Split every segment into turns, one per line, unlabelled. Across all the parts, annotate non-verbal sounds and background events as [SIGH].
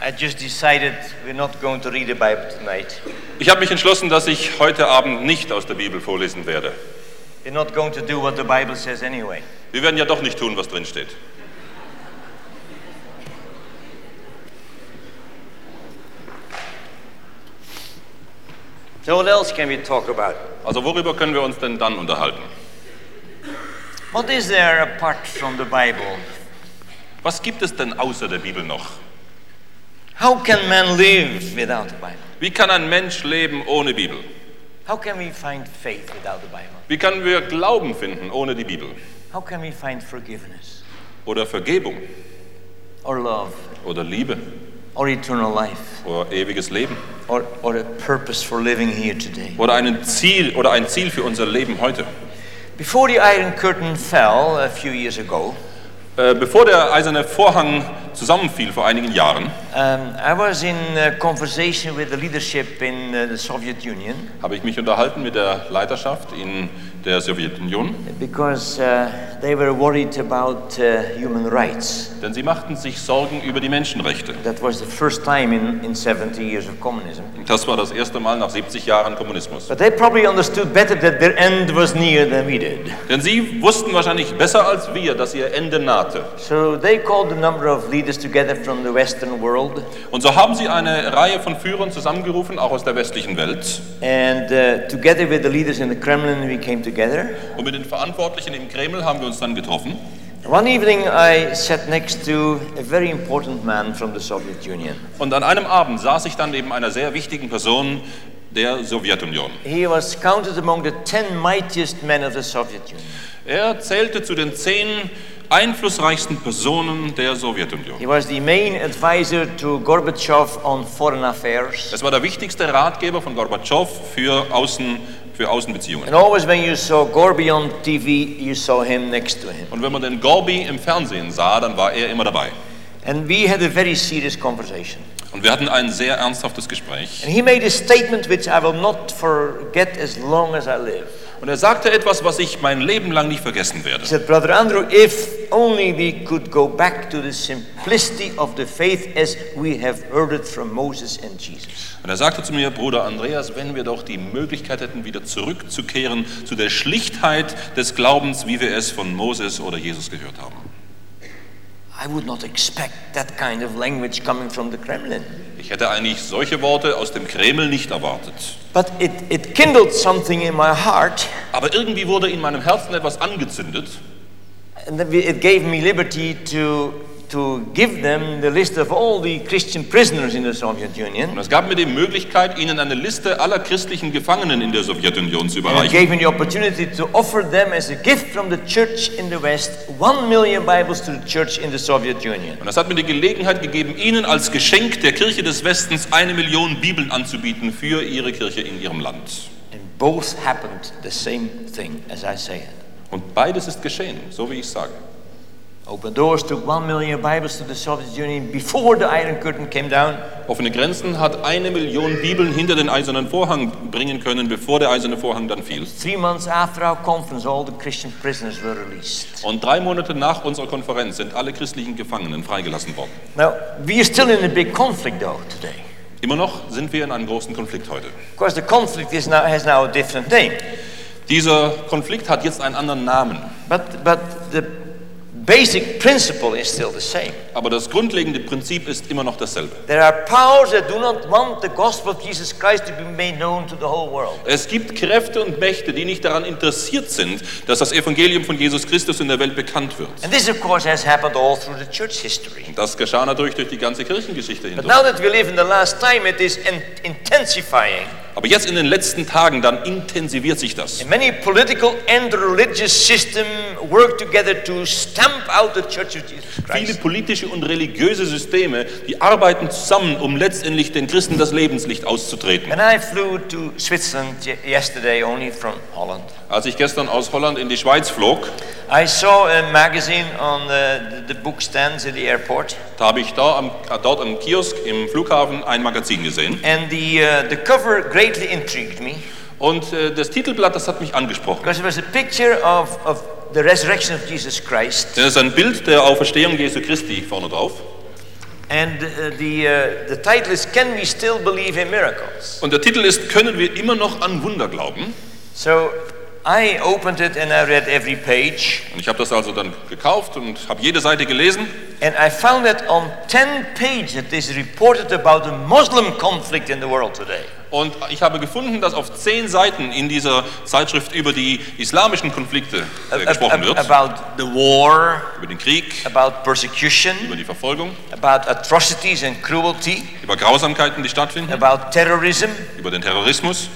I just decided we're not going to read the Bible tonight.
Ich habe mich entschlossen, dass ich heute Abend nicht aus der Bibel vorlesen werde.
We're not going to do what the Bible says anyway.
Wir werden ja doch nicht tun, was drin steht.
So, what else can we talk about?
Also worüber können wir uns denn dann unterhalten?
What is there apart from the Bible?
Was gibt es denn außer der Bibel noch?
How can man live without the Bible?
Wie kann ein Mensch leben ohne Bibel?
How can we find faith without the Bible?
Wie können wir Glauben finden ohne die Bibel?
How can we find forgiveness
Oder Vergebung?
or love
Oder Liebe?
or eternal life
Oder ewiges Leben?
or, or a purpose for living here today?
Oder ein Ziel oder ein Ziel für unser Leben heute?
Before the Iron Curtain fell a few years ago,
Äh, bevor der eiserne Vorhang zusammenfiel vor einigen Jahren,
um, I was in uh, conversation with the leadership in uh, the Soviet Union.
habe ich mich unterhalten mit der Leiterschaft in der Sowjetunion,
Because uh, they were worried about uh, human rights.
denn sie machten sich Sorgen über die Menschenrechte.
That was the first time in, in 70 years of communism.
Das war das erste Mal nach 70 Jahren Kommunismus.
But they probably understood better that their end was near than we did.
Denn sie wussten wahrscheinlich besser als wir, dass ihr Ende nahte.
So they called a number of leaders together from the Western world
Und so haben sie eine Reihe von Führern zusammengerufen, auch aus der westlichen Welt.
and uh, together with the leaders in the Kremlin we came together.
Und mit den Verantwortlichen im Kreml haben wir uns dann getroffen.
One evening I sat next to a very important man from the Soviet Union.
Und an einem Abend saß ich dann neben einer sehr wichtigen Person der Sowjetunion.
He was counted among the 10 mightiest men of the Soviet Union.
Er zählte zu den zehn einflussreichsten Personen der Sowjetunion.
He was the main advisor to Gorbachev on foreign affairs.
Es war der wichtigste Ratgeber von Gorbatschow für, Außen, für Außenbeziehungen.
And always when you saw Gorby on TV, you saw him next to him.
Und wenn man den Gorbi im Fernsehen sah, dann war er immer dabei.
And we had a very serious conversation.
Und wir hatten ein sehr ernsthaftes Gespräch.
And he made a statement which I will not forget as long as I live.
Und er sagte etwas, was ich mein Leben lang nicht vergessen werde.
He said, Brother Andrew, if only we could go back to the simplicity of the faith as we have heard it from Moses and Jesus.
Und er sagte zu mir, Bruder Andreas, wenn wir doch die Möglichkeit hätten, wieder zurückzukehren zu der Schlichtheit des Glaubens, wie wir es von Moses oder Jesus gehört haben.
I would not expect that kind of language coming from the Kremlin.
Ich hätte eigentlich solche Worte aus dem Kreml nicht erwartet.
But it, it kindled something in my heart.
Aber irgendwie wurde in meinem Herzen etwas angezündet
And then we- it gave me liberty to, to give them the list of all the Christian prisoners in the Soviet
und
Union.
es gab mir die Möglichkeit, ihnen eine Liste aller christlichen Gefangenen in der Sowjetunion
And it
zu überreichen.
gave me the opportunity to offer them as a gift from the church in the West one million Bibles to the church in the Soviet Union.
Und das hat mir die Gelegenheit gegeben, ihnen als Geschenk der Kirche des Westens eine Million Bibeln anzubieten für ihre Kirche in ihrem Land.
And both happened the same thing as I say it.
Und beides ist geschehen, so wie ich sage.
Open Doors took one million Bibles to the Soviet Union before the Iron Curtain came down.
Offene Grenzen hat eine Million Bibeln hinter den eisernen Vorhang bringen können, bevor der eiserne Vorhang dann fiel.
Three months after our conference, all the Christian prisoners were released.
Und drei Monate nach unserer Konferenz sind alle christlichen Gefangenen freigelassen worden.
Now, we are still in a big conflict though today.
Immer noch sind wir in einem großen Konflikt heute.
Of course, the conflict is now, has now a different name.
Dieser Konflikt hat jetzt einen anderen Namen,
But, but the basic principle is still the same.
aber das grundlegende Prinzip ist immer noch dasselbe.
There are powers that do not want the gospel of Jesus Christ to be made known to the whole world.
Es gibt Kräfte und Mächte, die nicht daran interessiert sind, dass das Evangelium von Jesus Christus in der Welt bekannt wird.
And this, of course, has happened all through the church history.
Und das geschah natürlich durch die ganze Kirchengeschichte
But
hindurch.
now that we live in the last time, it is in- intensifying.
Aber jetzt in den letzten Tagen, dann intensiviert sich das.
And many political and religious systems work together to stamp out the church of Jesus
Viele
Christ.
politische und religiöse Systeme, die arbeiten zusammen, um letztendlich den Christen das Lebenslicht auszutreten.
And I flew to Switzerland ye- yesterday only from Holland.
Als ich gestern aus Holland in die Schweiz flog,
I saw a magazine on the, the book stands in the airport,
da habe ich da am, dort am Kiosk im Flughafen ein Magazin gesehen.
and the, uh, the cover greatly intrigued me
Und äh, das Titelblatt, das hat mich angesprochen.
because it was a picture of, of the resurrection of Jesus Christ
Das ist ein Bild der Auferstehung Jesu Christi vorne drauf.
And uh, the, uh, the title is Can We Still Believe in Miracles?
Und der Titel ist, können wir immer noch an Wunder glauben?
So I opened it and I read every page.
Und ich habe das also dann gekauft und habe jede Seite gelesen.
And I found that on 10 pages it is reported about the Muslim conflict in the world today.
Und ich habe gefunden, dass auf zehn Seiten in dieser Zeitschrift über die islamischen Konflikte äh, gesprochen
Ab-
wird.
ab- about the war,
Über den Krieg,
about persecution,
über die Verfolgung,
about atrocities and cruelty,
über Grausamkeiten, die stattfinden,
about terrorism,
über den Terrorismus.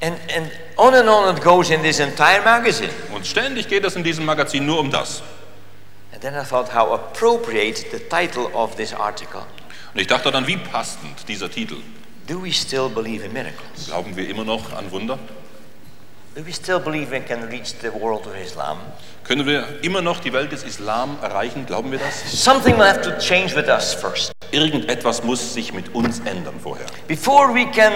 and, and on and on it goes in this entire magazine.
Und ständig geht es in diesem Magazin nur um das.
And then I thought how appropriate the title of this article.
Und ich dachte dann, wie passend dieser Titel.
Do we still believe in miracles?
Glauben wir immer noch an Wunder?
Do we still believe we can reach the world of Islam?
Können wir immer noch die Welt des Islam erreichen? Glauben wir das?
Something will have to change with us first.
Irgendetwas muss sich mit uns ändern vorher.
Before we can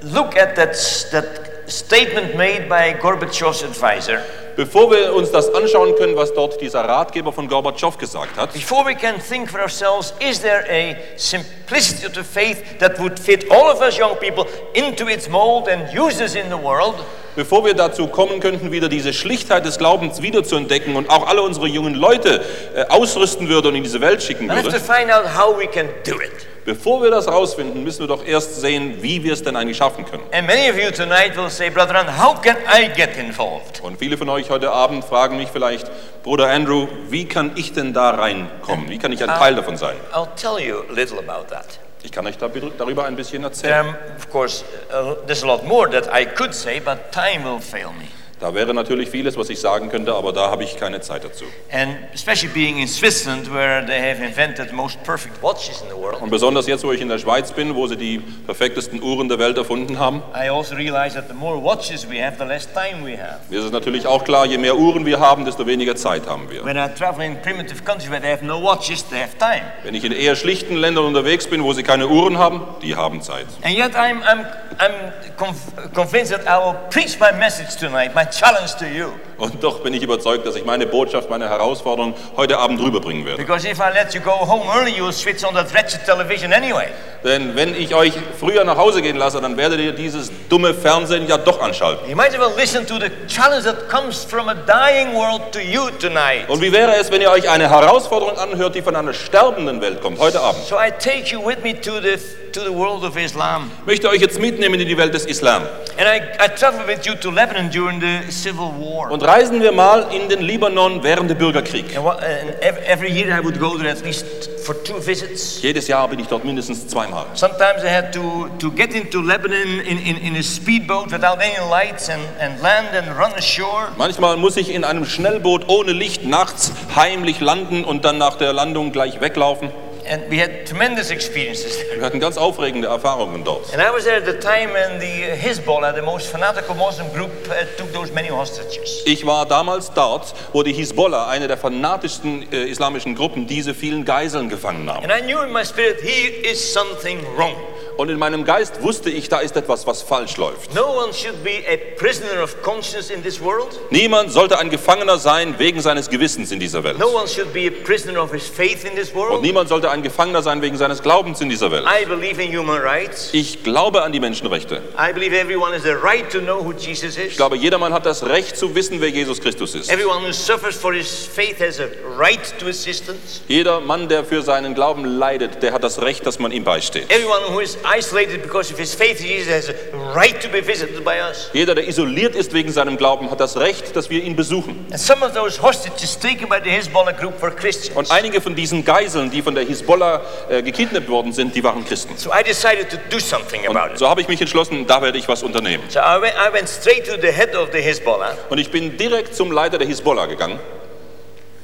look at that, s- that statement made by Gorbachev's advisor,
Bevor wir uns das anschauen können, was dort dieser Ratgeber von Gorbatschow gesagt hat,
before we can think for ourselves, is there a simplicity of the faith that would fit all of us young people into its mold and use us in the world?
bevor wir dazu kommen könnten, wieder diese Schlichtheit des Glaubens wiederzuentdecken und auch alle unsere jungen Leute äh, ausrüsten würde und in diese Welt schicken
I have to
würde,
find out how we can do it.
bevor wir das rausfinden, müssen wir doch erst sehen, wie wir es denn eigentlich schaffen können.
And many of you tonight will say, Brother, Ron, how can I get involved?
Und viele von euch heute Abend fragen mich vielleicht, Bruder Andrew, wie kann ich denn da reinkommen? Wie kann ich ein Teil davon sein?
I'll tell you a little about that.
Ich kann euch da- darüber ein bisschen erzählen.
Um, of course, uh, there's a lot more that I could say, but time will fail me.
Da wäre natürlich vieles, was ich sagen könnte, aber da habe ich keine Zeit dazu.
And especially being in Switzerland, where they have invented the most perfect watches in the world,
Und besonders jetzt, wo ich in der Schweiz bin, wo sie die perfektesten Uhren der Welt erfunden haben,
I also realize that the more watches we have, the less time we have.
mir ist es natürlich auch klar, je mehr Uhren wir haben, desto weniger Zeit haben wir.
When I travel in primitive countries where they have no watches, they have time.
Wenn ich in eher schlichten Ländern unterwegs bin, wo sie keine Uhren haben, die haben Zeit.
And yet I'm, I'm, I'm conv- convinced that I will preach my message tonight, my challenge to you.
Und doch bin ich überzeugt, dass ich meine Botschaft, meine Herausforderung heute Abend rüberbringen werde.
Because if I let you go home early, you will switch on that wretched television anyway.
Denn wenn ich euch früher nach Hause gehen lasse, dann werdet ihr dieses dumme Fernsehen ja doch anschalten.
You might as well listen to the challenge that comes from a dying world to you tonight.
Und wie wäre es, wenn ihr euch eine Herausforderung anhört, die von einer sterbenden Welt kommt, heute Abend?
So I take you with me to the, to the world of Islam.
Ich möchte euch jetzt mitnehmen in die Welt des Islam.
And I, I traveled with you to Lebanon during the civil war.
Und reisen wir mal in den Libanon während der Bürgerkrieg.
And, what, and ev- every year I would go there at least for two visits.
Jedes Jahr bin ich dort mindestens zweimal.
Sometimes I had to, to get into Lebanon in, in, in a speedboat without any lights and, and land and run ashore.
Manchmal muss ich in einem Schnellboot ohne Licht nachts heimlich landen und dann nach der Landung gleich weglaufen.
And we had tremendous experiences there.
Wir hatten ganz aufregende Erfahrungen dort.
And I was there at the time when the Hezbollah, the most fanatical Muslim group, uh, took those many hostages.
Ich war damals dort, wo die Hisbollah, eine der fanatischsten äh, islamischen Gruppen, diese vielen Geiseln gefangen nahm.
And I knew in my spirit, here is something wrong.
Und in meinem Geist wusste ich, da ist etwas, was falsch läuft.
No one should be a prisoner of conscience in this world.
Niemand sollte ein Gefangener sein wegen seines Gewissens in dieser Welt.
No one should be a prisoner of his faith in this
Und
world.
niemand sollte ein Gefangener sein wegen seines Glaubens in dieser Welt.
I believe in human rights.
Ich glaube an die Menschenrechte.
I believe everyone has the right to know who Jesus
Ich
is.
glaube, jedermann hat das Recht zu wissen, wer Jesus Christus ist.
Everyone who suffers for his faith has a right to assistance.
Jeder Mann, der für seinen Glauben leidet, der hat das Recht, dass man ihm beisteht.
Everyone who is isolated because of his faith in Jesus has a right to be visited by us.
Jeder, der isoliert ist wegen seinem Glauben, hat das Recht, dass wir ihn besuchen.
And some of those hostages taken by the Hezbollah group were Christians.
Und einige von diesen Geiseln, die von der Hisbollah äh, gekidnappt worden sind, die waren Christen.
So I decided to do something about
Und
it.
so habe ich mich entschlossen, da werde ich was unternehmen.
So I went, I went straight to the head of the Hezbollah
Und ich bin direkt zum Leiter der Hisbollah gegangen.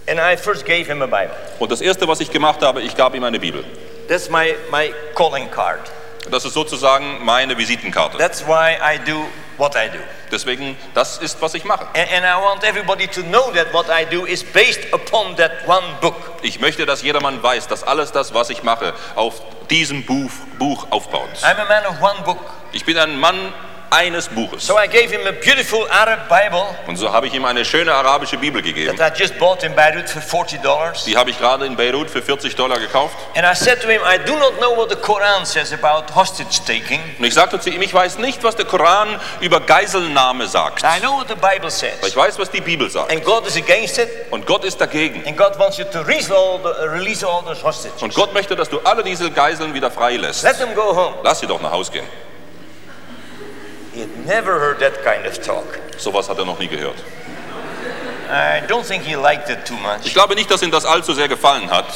and I first gave him a Bible.
Und das Erste, was ich gemacht habe, ich gab ihm eine Bibel.
That's my, my calling card.
Das ist sozusagen meine Visitenkarte.
That's why I do what I do.
Deswegen, das ist, was ich mache.
And, and I want everybody to know that what I do is based upon that one book.
Ich möchte, dass jedermann weiß, dass alles das, was ich mache, auf diesem Buch, Buch aufbaut.
I'm a man of one book.
Ich bin ein Mann eines Buches.
So I gave him a beautiful Arab Bible
Und so habe ich ihm eine schöne arabische Bibel gegeben.
that I just bought in Beirut for $40.
Die habe ich gerade in Beirut für 40 Dollar gekauft.
And I said to him, I do not know what the Quran says about hostage taking.
Und ich sagte zu ihm, ich weiß nicht, was der Koran über Geiselnahme sagt.
I know what the Bible
Aber ich
says.
weiß, was die Bibel sagt.
And God is against it.
Und Gott ist dagegen.
And God wants you to release all, the, uh, release all those hostages.
Und Gott möchte, dass du alle diese Geiseln wieder freilässt.
Let them go home.
Lass sie doch nach Hause gehen.
He had never heard that kind of talk.
Sowas hat er noch nie gehört.
I don't think he liked it too
Ich
much.
glaube nicht, dass ihm das allzu sehr gefallen hat.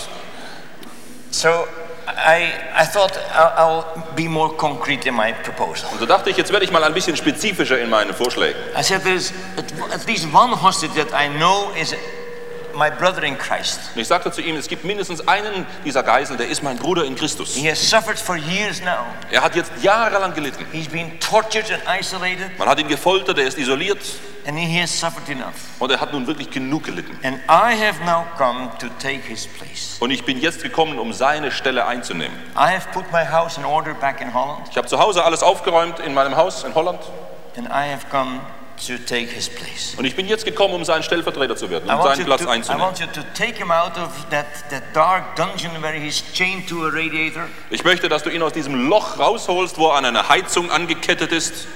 So I, I thought I'll, I'll be more concrete in my proposal.
Und so dachte ich, jetzt werde ich mal ein bisschen spezifischer in meinen Vorschlägen.
I said, There's at, at least one hostage that I know is my brother in Christ.
Und ich sagte zu ihm, es gibt mindestens einen dieser Geiseln, der ist mein Bruder in Christus.
He has suffered for years now.
Er hat jetzt jahrelang gelitten.
He's been tortured and isolated,
Man hat ihn gefoltert, er ist isoliert
and he has suffered enough.
und er hat nun wirklich genug gelitten.
And I have now come to take his place.
Und ich bin jetzt gekommen, um seine Stelle einzunehmen.
I have put my house in order back in Holland,
Ich habe zu Hause alles aufgeräumt in meinem Haus in Holland
and I have come to take his place.
und ich bin jetzt gekommen, um sein Stellvertreter zu werden,
I
um
want,
seinen
you
Platz
to, I
einzunehmen.
want you to take him out of that, that dark dungeon where he's chained to a radiator
Ich möchte, dass du ihn aus diesem Loch rausholst, wo er an einer Heizung angekettet ist.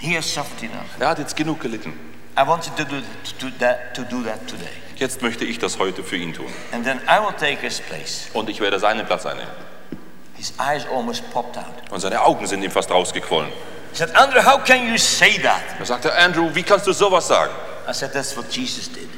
He has suffered enough.
Er hat jetzt genug gelitten.
I want you to do, to do that, to do that today.
Jetzt möchte ich das heute für ihn tun.
And then I will take his place.
Und ich werde seinen Platz einnehmen.
His eyes almost popped out.
Und seine Augen sind ihm fast rausgequollen.
He said, Andrew, how can you say that?
Da sagte Andrew, wie kannst du sowas sagen?
I said, that's what Jesus did.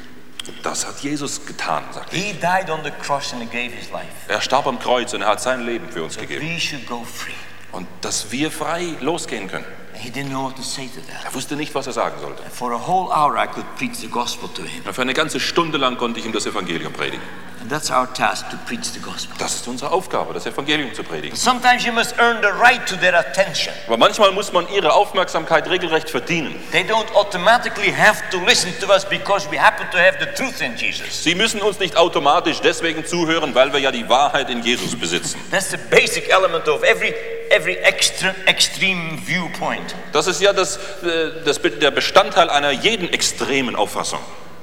Das hat Jesus getan, sagte
He died on the cross and he gave his life.
er. Er starb am Kreuz und er hat sein Leben für uns gegeben.
We should go free.
Und dass wir frei losgehen können.
And He didn't know what to say to that.
Er wusste nicht, was er sagen sollte.
And for a whole hour, I could preach the gospel to him.
Und für eine ganze Stunde lang konnte ich ihm das Evangelium predigen.
And that's our task to preach the gospel.
Das ist unsere Aufgabe, das Evangelium zu predigen.
Sometimes you must earn the right to their attention.
Aber manchmal muss man ihre Aufmerksamkeit regelrecht verdienen.
They don't automatically have to listen to us because we happen to have the truth in Jesus.
Sie müssen uns nicht automatisch deswegen zuhören, weil wir ja die Wahrheit in Jesus besitzen.
That's the basic element of every every extra, extreme viewpoint.
Das ist ja das, äh, das, Be- der Bestandteil einer jeden extremen Auffassung.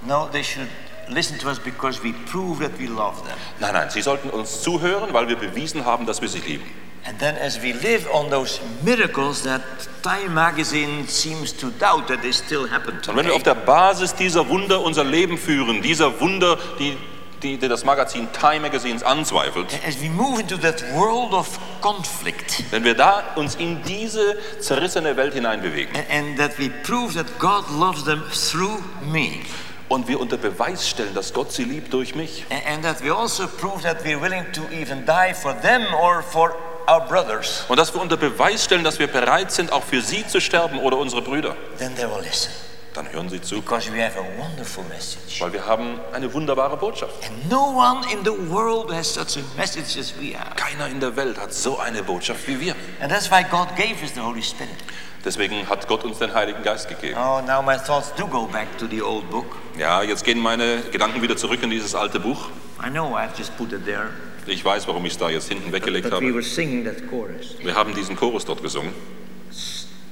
No, they should listen to us because we prove that we love them.
Nein, nein, Sie sollten uns zuhören, weil wir bewiesen haben, dass wir sie lieben.
And then as we live on those miracles that Time magazine seems to doubt that they still happen
Und wenn wir
today.
auf der Basis dieser Wunder unser Leben führen, dieser Wunder, die, die, die das Magazin Time Magazines anzweifelt,
As we move into that world of conflict
wenn wir da uns in diese zerrissene Welt hineinbewegen
a- and that we prove that God loves them through me
und wir unter Beweis stellen, dass Gott sie liebt durch mich,
a- and that we also prove that we're willing to even die for them or for our brothers,
Und dass wir unter Beweis stellen, dass wir bereit sind, auch für sie zu sterben oder unsere Brüder.
then they will listen
Dann hören sie zu,
because we have a wonderful message.
weil wir haben eine wunderbare Botschaft.
And no one in the world has such a message as we have.
Keiner in der Welt hat so eine Botschaft wie wir.
And that's why God gave us the Holy Spirit.
Deswegen hat Gott uns den Heiligen Geist gegeben.
Oh, now my thoughts do go back to the old book.
Ja, jetzt gehen meine Gedanken wieder zurück in dieses alte Buch.
I know I've just put it there,
Ich weiß, warum ich es da jetzt hinten weggelegt
but we
habe.
were singing that chorus.
Wir haben diesen Chorus dort gesungen.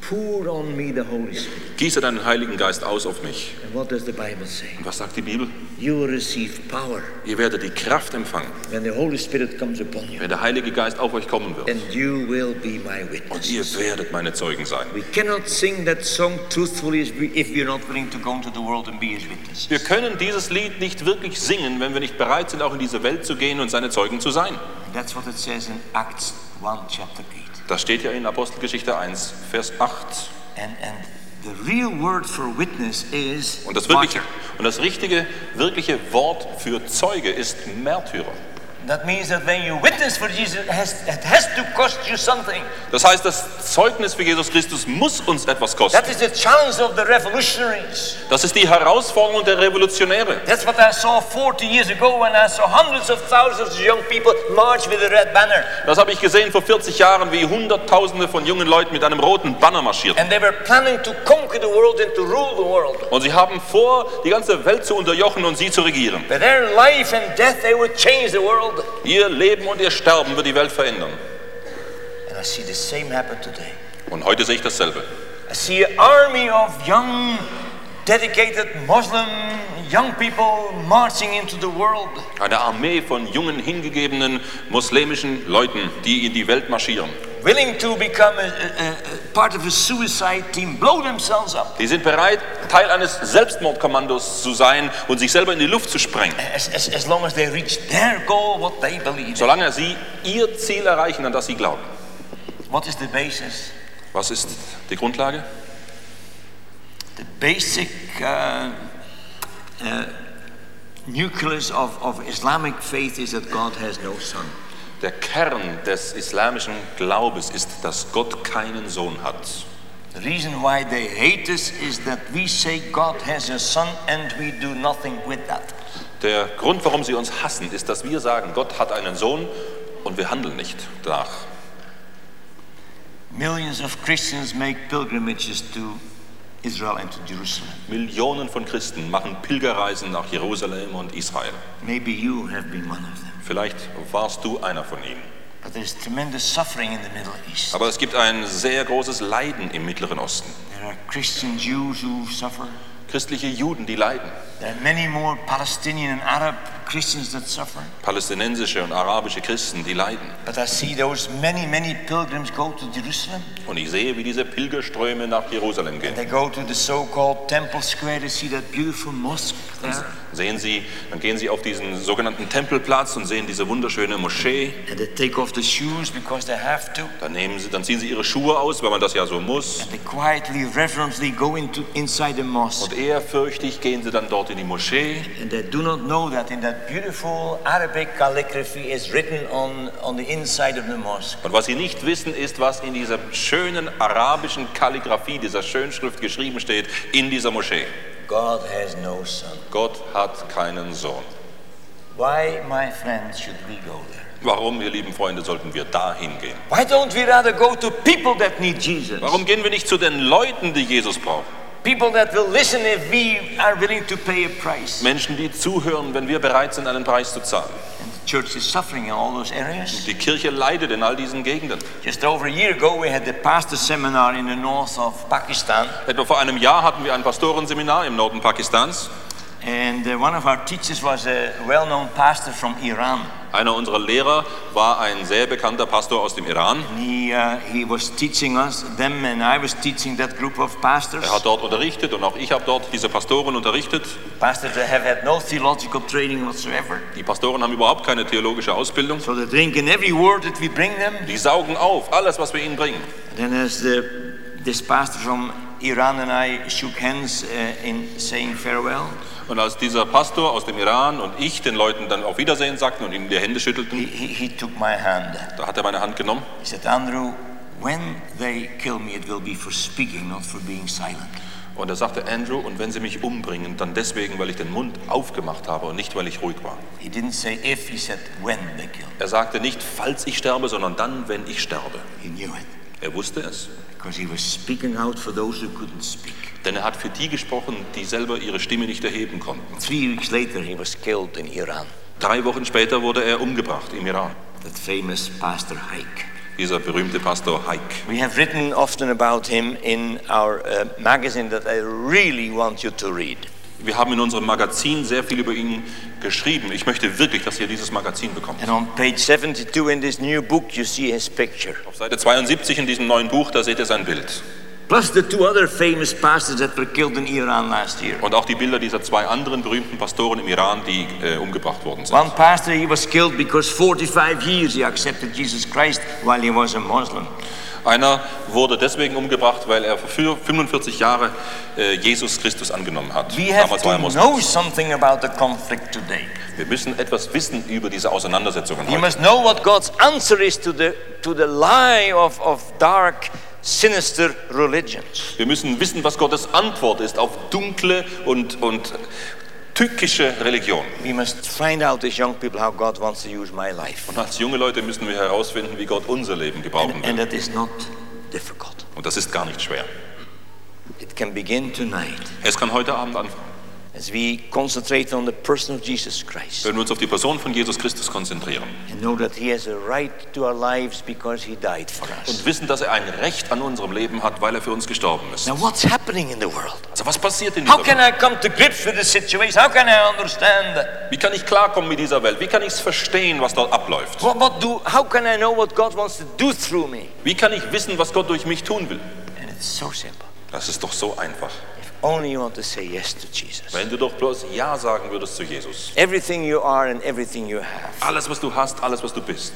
Pour on me the Holy Spirit.
Gieße deinen Heiligen Geist aus auf mich.
And what does the Bible say?
Und was sagt die Bibel?
You will receive power
Ihr werdet die Kraft empfangen,
when the Holy Spirit comes upon you,
wenn der Heilige Geist auf euch kommen wird.
and you will be my
Und ihr
witnesses.
werdet meine Zeugen sein.
We cannot sing that song truthfully if we- if we're not willing to go into the world and be his witnesses.
Wir können dieses Lied nicht wirklich singen, wenn wir nicht bereit sind, auch in diese Welt zu gehen und seine Zeugen zu sein.
That's what it says in Acts 1, chapter 8.
Das steht ja in Apostelgeschichte 1, Vers 8.
And, and the real word for witness is
Und das, wirkliche,
martyr.
und das richtige, wirkliche Wort für Zeuge ist Märtyrer.
That means that when you witness for Jesus, it has, it has to cost you something.
Das heißt, das Zeugnis für Jesus Christus muss uns etwas kosten.
That is the challenge of the revolutionaries.
Das ist die Herausforderung der Revolutionäre.
That's what I saw 40 years ago when I saw hundreds of thousands of young people march with a red banner.
Das habe ich gesehen vor 40 Jahren, wie Hunderttausende von jungen Leuten mit einem roten Banner marschierten.
And they were planning to conquer the world and to rule the world.
Und sie haben vor, die ganze Welt zu unterjochen und sie zu regieren.
But their life and death, they would change the world.
Ihr Leben und ihr Sterben wird die Welt verändern.
And I see the same happen today.
Und heute sehe ich dasselbe.
see an army of young, dedicated Muslim young people marching into the world.
Eine Armee von jungen, hingegebenen muslimischen Leuten, die in die Welt marschieren.
willing to become a, a, a part of a suicide team, blow themselves up.
Die sind bereit, Teil eines Selbstmordkommandos zu sein und sich selber in die Luft zu sprengen.
As, as, as long as they reach their goal, what they believe. in.
Solange sie ihr Ziel erreichen, an das sie glauben.
What is the basis?
Was ist die Grundlage?
The basic uh, uh, nucleus of, of Islamic faith is that God has no son.
Der Kern des islamischen Glaubens ist, dass Gott keinen Sohn hat.
The reason why they hate us is that we say God has a son and we do nothing with that.
Der Grund, warum sie uns hassen, ist, dass wir sagen, Gott hat einen Sohn und wir handeln nicht danach.
Millions of Christians make pilgrimages to Israel and to Jerusalem.
Millionen von Christen machen Pilgerreisen nach Jerusalem und Israel.
Maybe you have been one of them.
Vielleicht warst du einer von ihnen.
But there's tremendous suffering in the Middle East.
Aber es gibt ein sehr großes Leiden im Mittleren Osten.
There are Christian Jews who suffer.
Christliche Juden, die leiden.
There are many more Palestinian and Arab Christians that suffer.
Palästinensische und arabische Christen, die leiden.
But I see those many, many pilgrims go to Jerusalem.
Und ich sehe, wie diese Pilgerströme nach Jerusalem gehen.
They go to the so called Temple Square to see that beautiful mosque there.
Sehen Sie, dann gehen Sie auf diesen sogenannten Tempelplatz und sehen diese wunderschöne Moschee.
And they take off the shoes because they have to.
Dann, nehmen Sie, dann ziehen Sie Ihre Schuhe aus, weil man das ja so muss.
And they quietly, reverently go into inside the mosque.
Und ehrfürchtig gehen Sie dann dort in die Moschee.
And they do not know that in that beautiful Arabic calligraphy is written on, on the inside of the mosque.
Und was Sie nicht wissen, ist, was in dieser schönen arabischen Kalligraphie, dieser Schönschrift geschrieben steht, in dieser Moschee.
God has no son.
Gott hat keinen Sohn.
Why, my friends, should we go there?
Warum, ihr lieben Freunde, sollten wir dahin gehen?
Why don't we rather go to people that need Jesus?
Warum gehen wir nicht zu den Leuten, die Jesus brauchen?
People that will listen if we are willing to pay a price.
Menschen, die zuhören, wenn wir bereit sind, einen Preis zu zahlen.
And the church is suffering in all those areas.
Die Kirche leidet in all diesen Gegenden.
Just over a year ago, we had the pastor seminar in the north of Pakistan,
Etwa vor einem Jahr hatten wir ein Pastorenseminar im Norden Pakistans.
and uh, one of our teachers was a well known pastor from Iran.
Einer unserer Lehrer war ein sehr bekannter Pastor aus dem Iran.
And he, uh, he was teaching us, them, and I was teaching that group of pastors.
Er hat dort unterrichtet und auch ich habe dort diese Pastoren unterrichtet.
Pastors that have had no theological training whatsoever.
Die Pastoren haben überhaupt keine theologische Ausbildung.
So they drink in every word that we bring them.
Die saugen auf alles, was wir ihnen bringen.
Then as the, this pastor from Iran and I shook hands uh, in saying farewell,
Und als dieser Pastor aus dem Iran und ich den Leuten dann auf Wiedersehen sagten und ihnen die
he,
Hände schüttelten,
he, he took my hand.
da hat er meine Hand genommen
He said, Andrew, when they kill me, it will be for speaking, not for being silent.
und er sagte, Andrew, und wenn sie mich umbringen, dann deswegen, weil ich den Mund aufgemacht habe und nicht, weil ich ruhig war.
He didn't say if, he said when they kill me.
Er sagte nicht, falls ich sterbe, sondern dann, wenn ich sterbe.
He knew it
Er wusste es,
because he was speaking out for those who couldn't speak.
denn er hat für die gesprochen, die selber ihre Stimme nicht erheben konnten.
Three weeks later, he was killed in Iran.
Drei Wochen später wurde er umgebracht im Iran,
That famous Pastor Haig.
dieser berühmte Pastor Haig.
We have written often about him in our uh, magazine that I really want you to read.
Wir haben in unserem Magazin sehr viel über ihn geschrieben. Ich möchte wirklich, dass ihr dieses Magazin bekommt.
And on page 72 in this new book, you see his picture.
Auf Seite 72 in diesem neuen Buch, da seht ihr sein Bild.
Plus the two other famous pastors that were killed in Iran last year.
Und auch die Bilder dieser zwei anderen berühmten Pastoren im Iran, die äh, umgebracht worden sind.
One pastor, he was killed because 45 years he accepted Jesus Christ while he was a Muslim.
Einer wurde deswegen umgebracht, weil er für 45 Jahre äh, Jesus Christus angenommen hat.
We have
Damals war er
to
Moslem.
know something about the conflict today.
Wir müssen etwas wissen über diese Auseinandersetzungen.
You
Heute.
must know what God's answer is to the, to the lie of, of dark, sinister religions.
Wir müssen wissen, was Gottes Antwort ist auf dunkle und, und tückische Religion.
We must find out as young people how God wants to use my life.
Und als junge Leute müssen wir herausfinden, wie Gott unser Leben gebrauchen will.
And that is not difficult.
Und das ist gar nicht schwer.
It can begin tonight.
Es kann heute Abend anfangen.
as we concentrate on the person of Jesus Christ
Wenn wir uns auf die Person von Jesus Christus konzentrieren
and know that He has a right to our lives because He died for us.
und wissen, dass er ein Recht an unserem Leben hat, weil er für uns gestorben ist.
Now, what's happening in the world?
Also was passiert in
How
dieser
can
Welt?
I come to grips with the situation? How can I understand that?
Wie kann ich klarkommen mit dieser Welt? Wie kann ich verstehen, was dort abläuft?
What, what do, how can I know what God wants to do through me?
Wie kann ich wissen, was Gott durch mich tun will?
And it's so simple.
Das ist doch so einfach.
If only you want to say yes to Jesus.
Wenn du doch bloß Ja sagen würdest zu Jesus.
Everything you are and everything you have.
Alles, was du hast, alles, was du bist.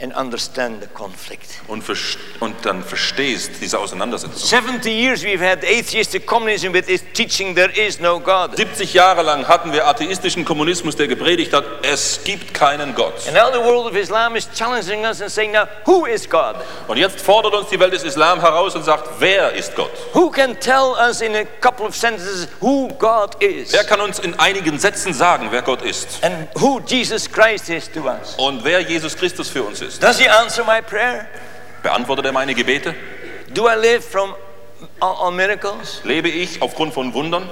And understand the conflict.
Und, vers- und dann verstehst diese Auseinandersetzung.
70 years we've had atheistic communism with its teaching there is no God.
70 Jahre lang hatten wir atheistischen Kommunismus, der gepredigt hat, es gibt keinen Gott.
And now the world of Islam is challenging us and saying, now, who is God?
Und jetzt fordert uns die Welt des Islam heraus und sagt, wer ist Gott?
Who can tell us in a couple of sentences who God is?
Wer kann uns in einigen Sätzen sagen, wer Gott ist?
And who Jesus Christ is to us?
Und wer Jesus Christus für uns ist?
Does he answer my prayer?
Beantwortet er meine Gebete?
Do I live from on, on miracles?
Lebe ich aufgrund von Wundern?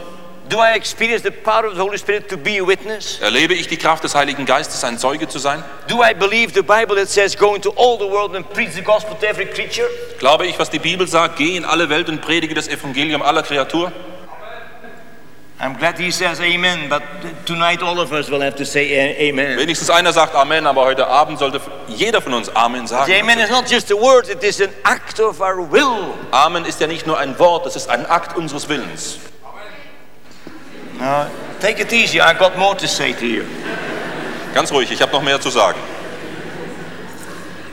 Do I experience the power of the Holy Spirit to be a witness?
Erlebe ich die Kraft des Heiligen Geistes, ein Zeuge zu sein?
Do I believe the Bible that says go into all the world and preach the gospel to every creature?
Glaube ich, was die Bibel sagt, geh in alle Welt und predige das Evangelium aller Kreatur?
I'm glad he says amen, but tonight all of us will have to say a- amen.
Wenigstens einer sagt Amen, aber heute Abend sollte jeder von uns Amen
The amen is
sagen.
not just a word, it is an act of our will.
Amen ist ja nicht nur ein Wort, es ist ein Akt unseres Willens.
Now, take it easy, I got more to say to you.
Ganz ruhig, ich habe noch mehr zu sagen.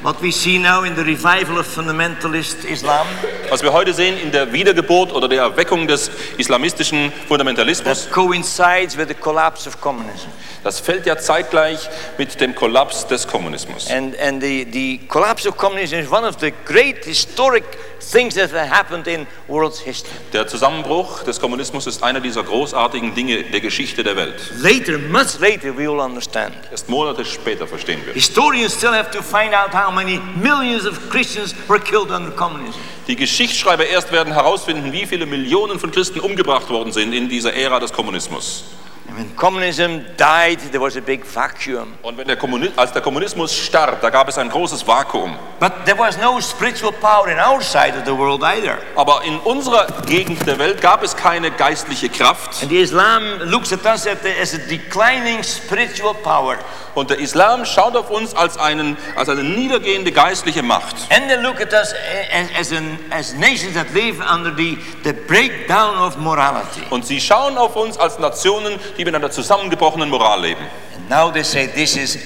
What we see now in the revival of fundamentalist Islam,
Was wir heute sehen in der Wiedergeburt oder der Erweckung des islamistischen
that
Fundamentalismus,
coincides with the collapse of communism.
das fällt ja zeitgleich mit dem Kollaps des Kommunismus.
And, and the, the collapse of communism is one of the great historic things that have happened in world's history.
Der Zusammenbruch des Kommunismus ist einer dieser großartigen Dinge der Geschichte der Welt.
Later, much later, we will understand.
Erst Monate später verstehen wir.
Historians still have to find out how many millions of Christians were killed under communism.
Die Geschichtsschreiber erst werden herausfinden, wie viele Millionen von Christen umgebracht worden sind in dieser Ära des Kommunismus.
And when communism died, there was a big vacuum.
Und wenn der Kommuni als der Kommunismus starb, da gab es ein großes Vakuum.
But there was no spiritual power in our side of the world either.
Aber in unserer Gegend der Welt gab es keine geistliche Kraft.
And the Islam looks at us at the- as a declining spiritual power.
Und der Islam schaut auf uns als, einen, als eine niedergehende geistliche Macht.
And they look at us a- as, as, an, as nations that live under the, the breakdown of morality.
Und sie schauen auf uns als Nationen, die mit einer zusammengebrochenen Moral leben.
And now they say this is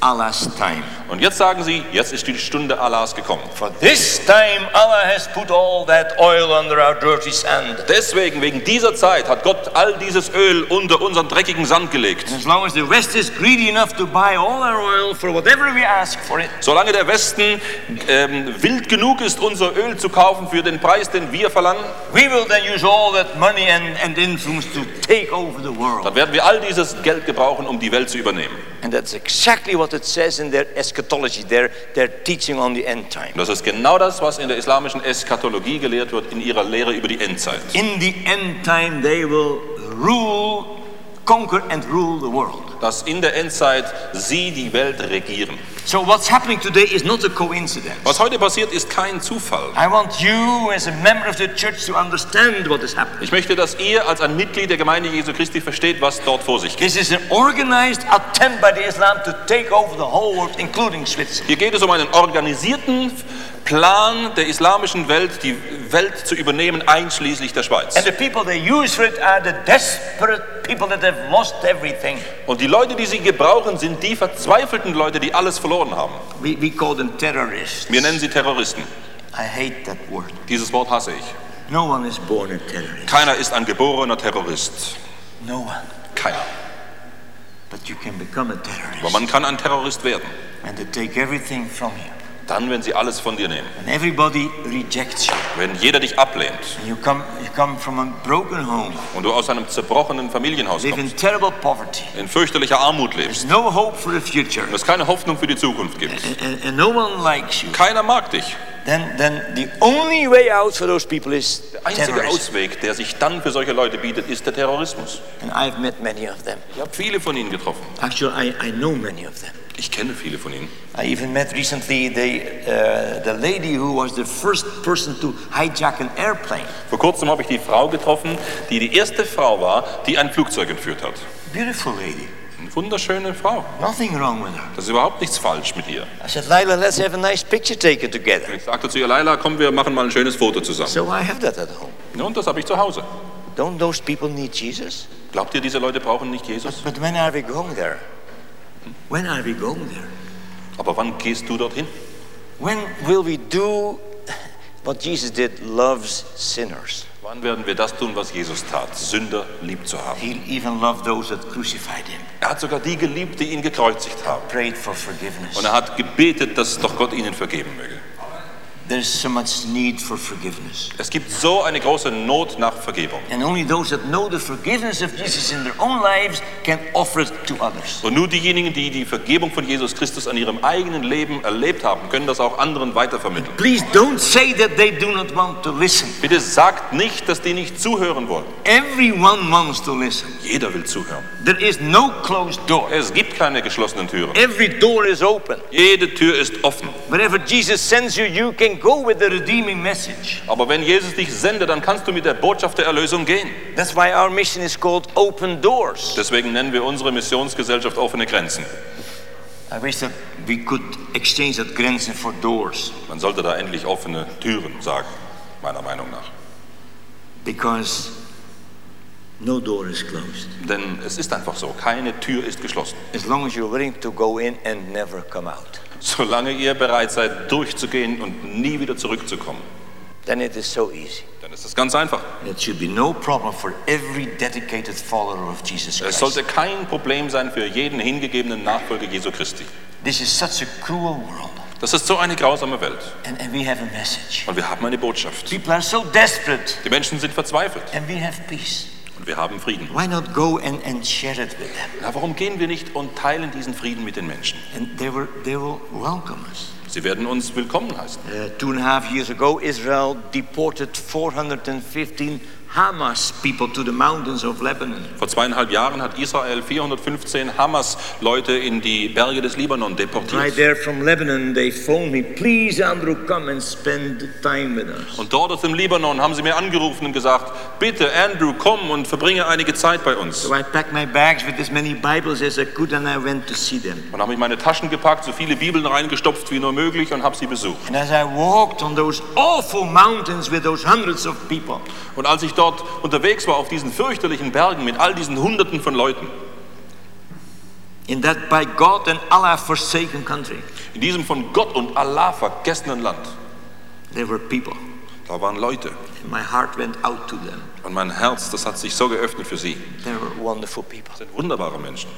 Allah's time.
Und jetzt sagen sie, jetzt ist die Stunde Allahs gekommen.
For this time Allah has put all that oil under our dirty sand.
Deswegen, wegen dieser Zeit, hat Gott all dieses Öl unter unseren dreckigen Sand gelegt.
As long as the West is greedy enough to buy all our oil for whatever we ask for it,
Solange der Westen ähm, wild genug ist, unser Öl zu kaufen für den Preis, den wir verlangen,
we will then use all that money and, and influence to take over the world.
dann werden wir all dieses Geld gebrauchen, um die Welt zu übernehmen.
And that's exactly what it says in their eschatology, their, their teaching on the end time.
Und das ist genau das, was in der islamischen Eschatologie gelehrt wird, in ihrer Lehre über die Endzeit.
In the end time, they will rule, conquer, and rule the world.
Dass in der Endzeit sie die Welt regieren.
So, what's happening today is not a coincidence.
Was heute passiert, ist kein Zufall.
I want you, as a member of the church, to understand what is happening.
Ich möchte, dass ihr als ein Mitglied der Gemeinde Jesu Christi versteht, was dort vor sich geht.
This is an organized attempt by the Islam to take over the whole world, including Switzerland.
Hier geht es um einen organisierten Plan der islamischen Welt, die Welt zu übernehmen, einschließlich der Schweiz.
And the people they use for it are the desperate people that have lost everything.
Und die Leute, die sie gebrauchen, sind die verzweifelten Leute, die alles verloren haben.
We, we call them terrorists.
Wir nennen sie Terroristen.
I hate that word.
Dieses Wort hasse ich.
No one is born a terrorist.
Keiner ist ein geborener Terrorist.
No one.
Keiner.
But you can become a
Aber
terrorist.
man kann ein Terrorist werden.
And they take everything from you.
Dann, wenn sie alles von dir nehmen.
And everybody rejects you.
Wenn jeder dich ablehnt
And you come, you come from a broken home,
und du aus einem zerbrochenen Familienhaus
live in
kommst,
terrible poverty.
in fürchterlicher Armut lebst
There's no hope for the future.
und es keine Hoffnung für die Zukunft gibt.
And, and- and no one likes you.
Keiner mag dich.
then, then the only way out for those people is
Der einzige
terrorism.
Ausweg, der sich dann für solche Leute bietet, ist der Terrorismus.
And I've met many of them.
Ich habe viele von ihnen getroffen.
Actually, I, I know many of them.
Ich kenne viele von ihnen.
I even met recently the, uh, the lady who was the first person to hijack an airplane.
Vor kurzem habe ich die Frau getroffen, die die erste Frau war, die ein Flugzeug entführt hat.
Beautiful lady.
Eine wunderschöne Frau.
Nothing wrong with her.
Das ist überhaupt nichts falsch mit ihr.
I said, Lila, let's have a nice picture taken together.
Ich sagte zu ihr, Leila, komm, wir machen mal ein schönes Foto zusammen.
So I have that at home.
Und das habe ich zu Hause.
Don't those people need Jesus?
Glaubt ihr, diese Leute brauchen nicht Jesus?
But when are we going there? When are we going there?
Aber wann gehst du dorthin?
When will we do what Jesus did? Loves sinners.
Wann werden wir das tun, was Jesus tat? Sünder lieb zu haben.
He even loved those that crucified him,
Er hat sogar die geliebt, die ihn gekreuzigt haben.
prayed for forgiveness.
Und er hat gebetet, dass doch Gott ihnen vergeben möge.
There's so much need for forgiveness.
Es gibt so eine große Not nach Vergebung.
And only those that know the forgiveness of Jesus in their own lives can offer it to others.
Und nur diejenigen, die die Vergebung von Jesus Christus an ihrem eigenen Leben erlebt haben, können das auch anderen weitervermitteln.
Please don't say that they do not want to listen.
Bitte sagt nicht, dass die nicht zuhören wollen.
Everyone wants to listen.
Jeder will zuhören.
There is no closed door.
Es gibt keine geschlossenen Türen.
Every door is open.
Jede Tür ist offen.
Wherever Jesus sends you, you can go with the redeeming message.
Aber wenn Jesus dich sendet, dann kannst du mit der Botschaft der Erlösung gehen.
That's why our mission is called Open Doors.
Deswegen nennen wir unsere Missionsgesellschaft offene Grenzen.
I wish that we could exchange that grenzen for doors
Man sollte da endlich offene Türen sagen, meiner Meinung nach.
because no door is closed.
Denn es ist einfach so, keine Tür ist geschlossen.
As long as you're willing to go in and never come out,
Solange ihr bereit seid, durchzugehen und nie wieder zurückzukommen,
then it is so easy.
dann ist es ganz einfach.
It should be no problem for every dedicated follower of Jesus
Es
Christ.
sollte kein Problem sein für jeden hingegebenen Nachfolger Jesu Christi.
This is such a cruel world,
Das ist so eine grausame Welt.
and, and we have a message.
Und wir haben eine Botschaft.
People are so desperate,
Die Menschen sind verzweifelt
and we have peace.
und wir haben Frieden.
Why not go and, and share it with them?
Na, warum gehen wir nicht und teilen diesen Frieden mit den Menschen?
And they, were, they will welcome us.
Sie werden uns willkommen heißen.
Uh, two and a half years ago, Israel deported 415 Hamas people to the mountains of Lebanon.
Vor zweieinhalb Jahren hat Israel 415 Hamas-Leute in die Berge des Libanon
Right
deportiert.
there from Lebanon, they phoned me, please, Andrew, come and spend time with us.
Und dort aus dem Libanon haben sie mir angerufen und gesagt, bitte Andrew, komm und verbringe einige Zeit bei uns.
So I packed my bags with as many Bibles as I could and I went to see them.
Und habe ich meine Taschen gepackt, so viele Bibeln reingestopft wie nur möglich und habe sie besucht.
And as I walked on those awful mountains with those hundreds of people,
Und als ich dort unterwegs war auf diesen fürchterlichen Bergen mit all diesen Hunderten von Leuten,
in that by God and Allah forsaken country,
in diesem von Gott und Allah vergessenen Land,
there were people.
da waren Leute.
And my heart went out to them.
Und mein Herz, das hat sich so geöffnet für sie.
They were wonderful people.
Das sind wunderbare Menschen.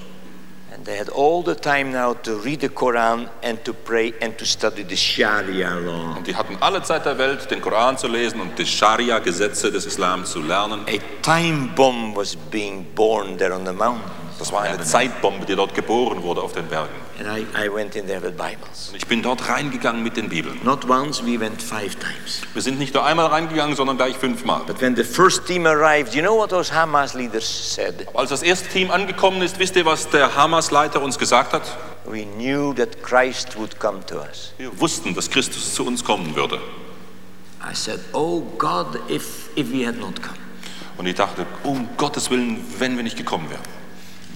And they had all the time now to read the Quran and to pray and to study the Sharia law.
Und die hatten alle Zeit der Welt, den Koran zu lesen und die Scharia-Gesetze des Islam zu lernen.
A time bomb was being born there on the mountain.
Das war eine Zeitbombe, die dort geboren wurde auf den Bergen.
And I, I went in there with Bibles.
Und ich bin dort reingegangen mit den Bibeln.
Not once, we went five times.
Wir sind nicht nur einmal reingegangen, sondern gleich fünfmal.
But when the first team arrived, you know what those Hamas leaders said?
Als das erste Team angekommen ist, wisst ihr, was der Hamas-Leiter uns gesagt hat?
We knew that Christ would come to us.
Wir wussten, dass Christus zu uns kommen würde.
I said, Oh God, if, if he had not come,
Und ich dachte, um Gottes Willen, wenn wir nicht gekommen wären.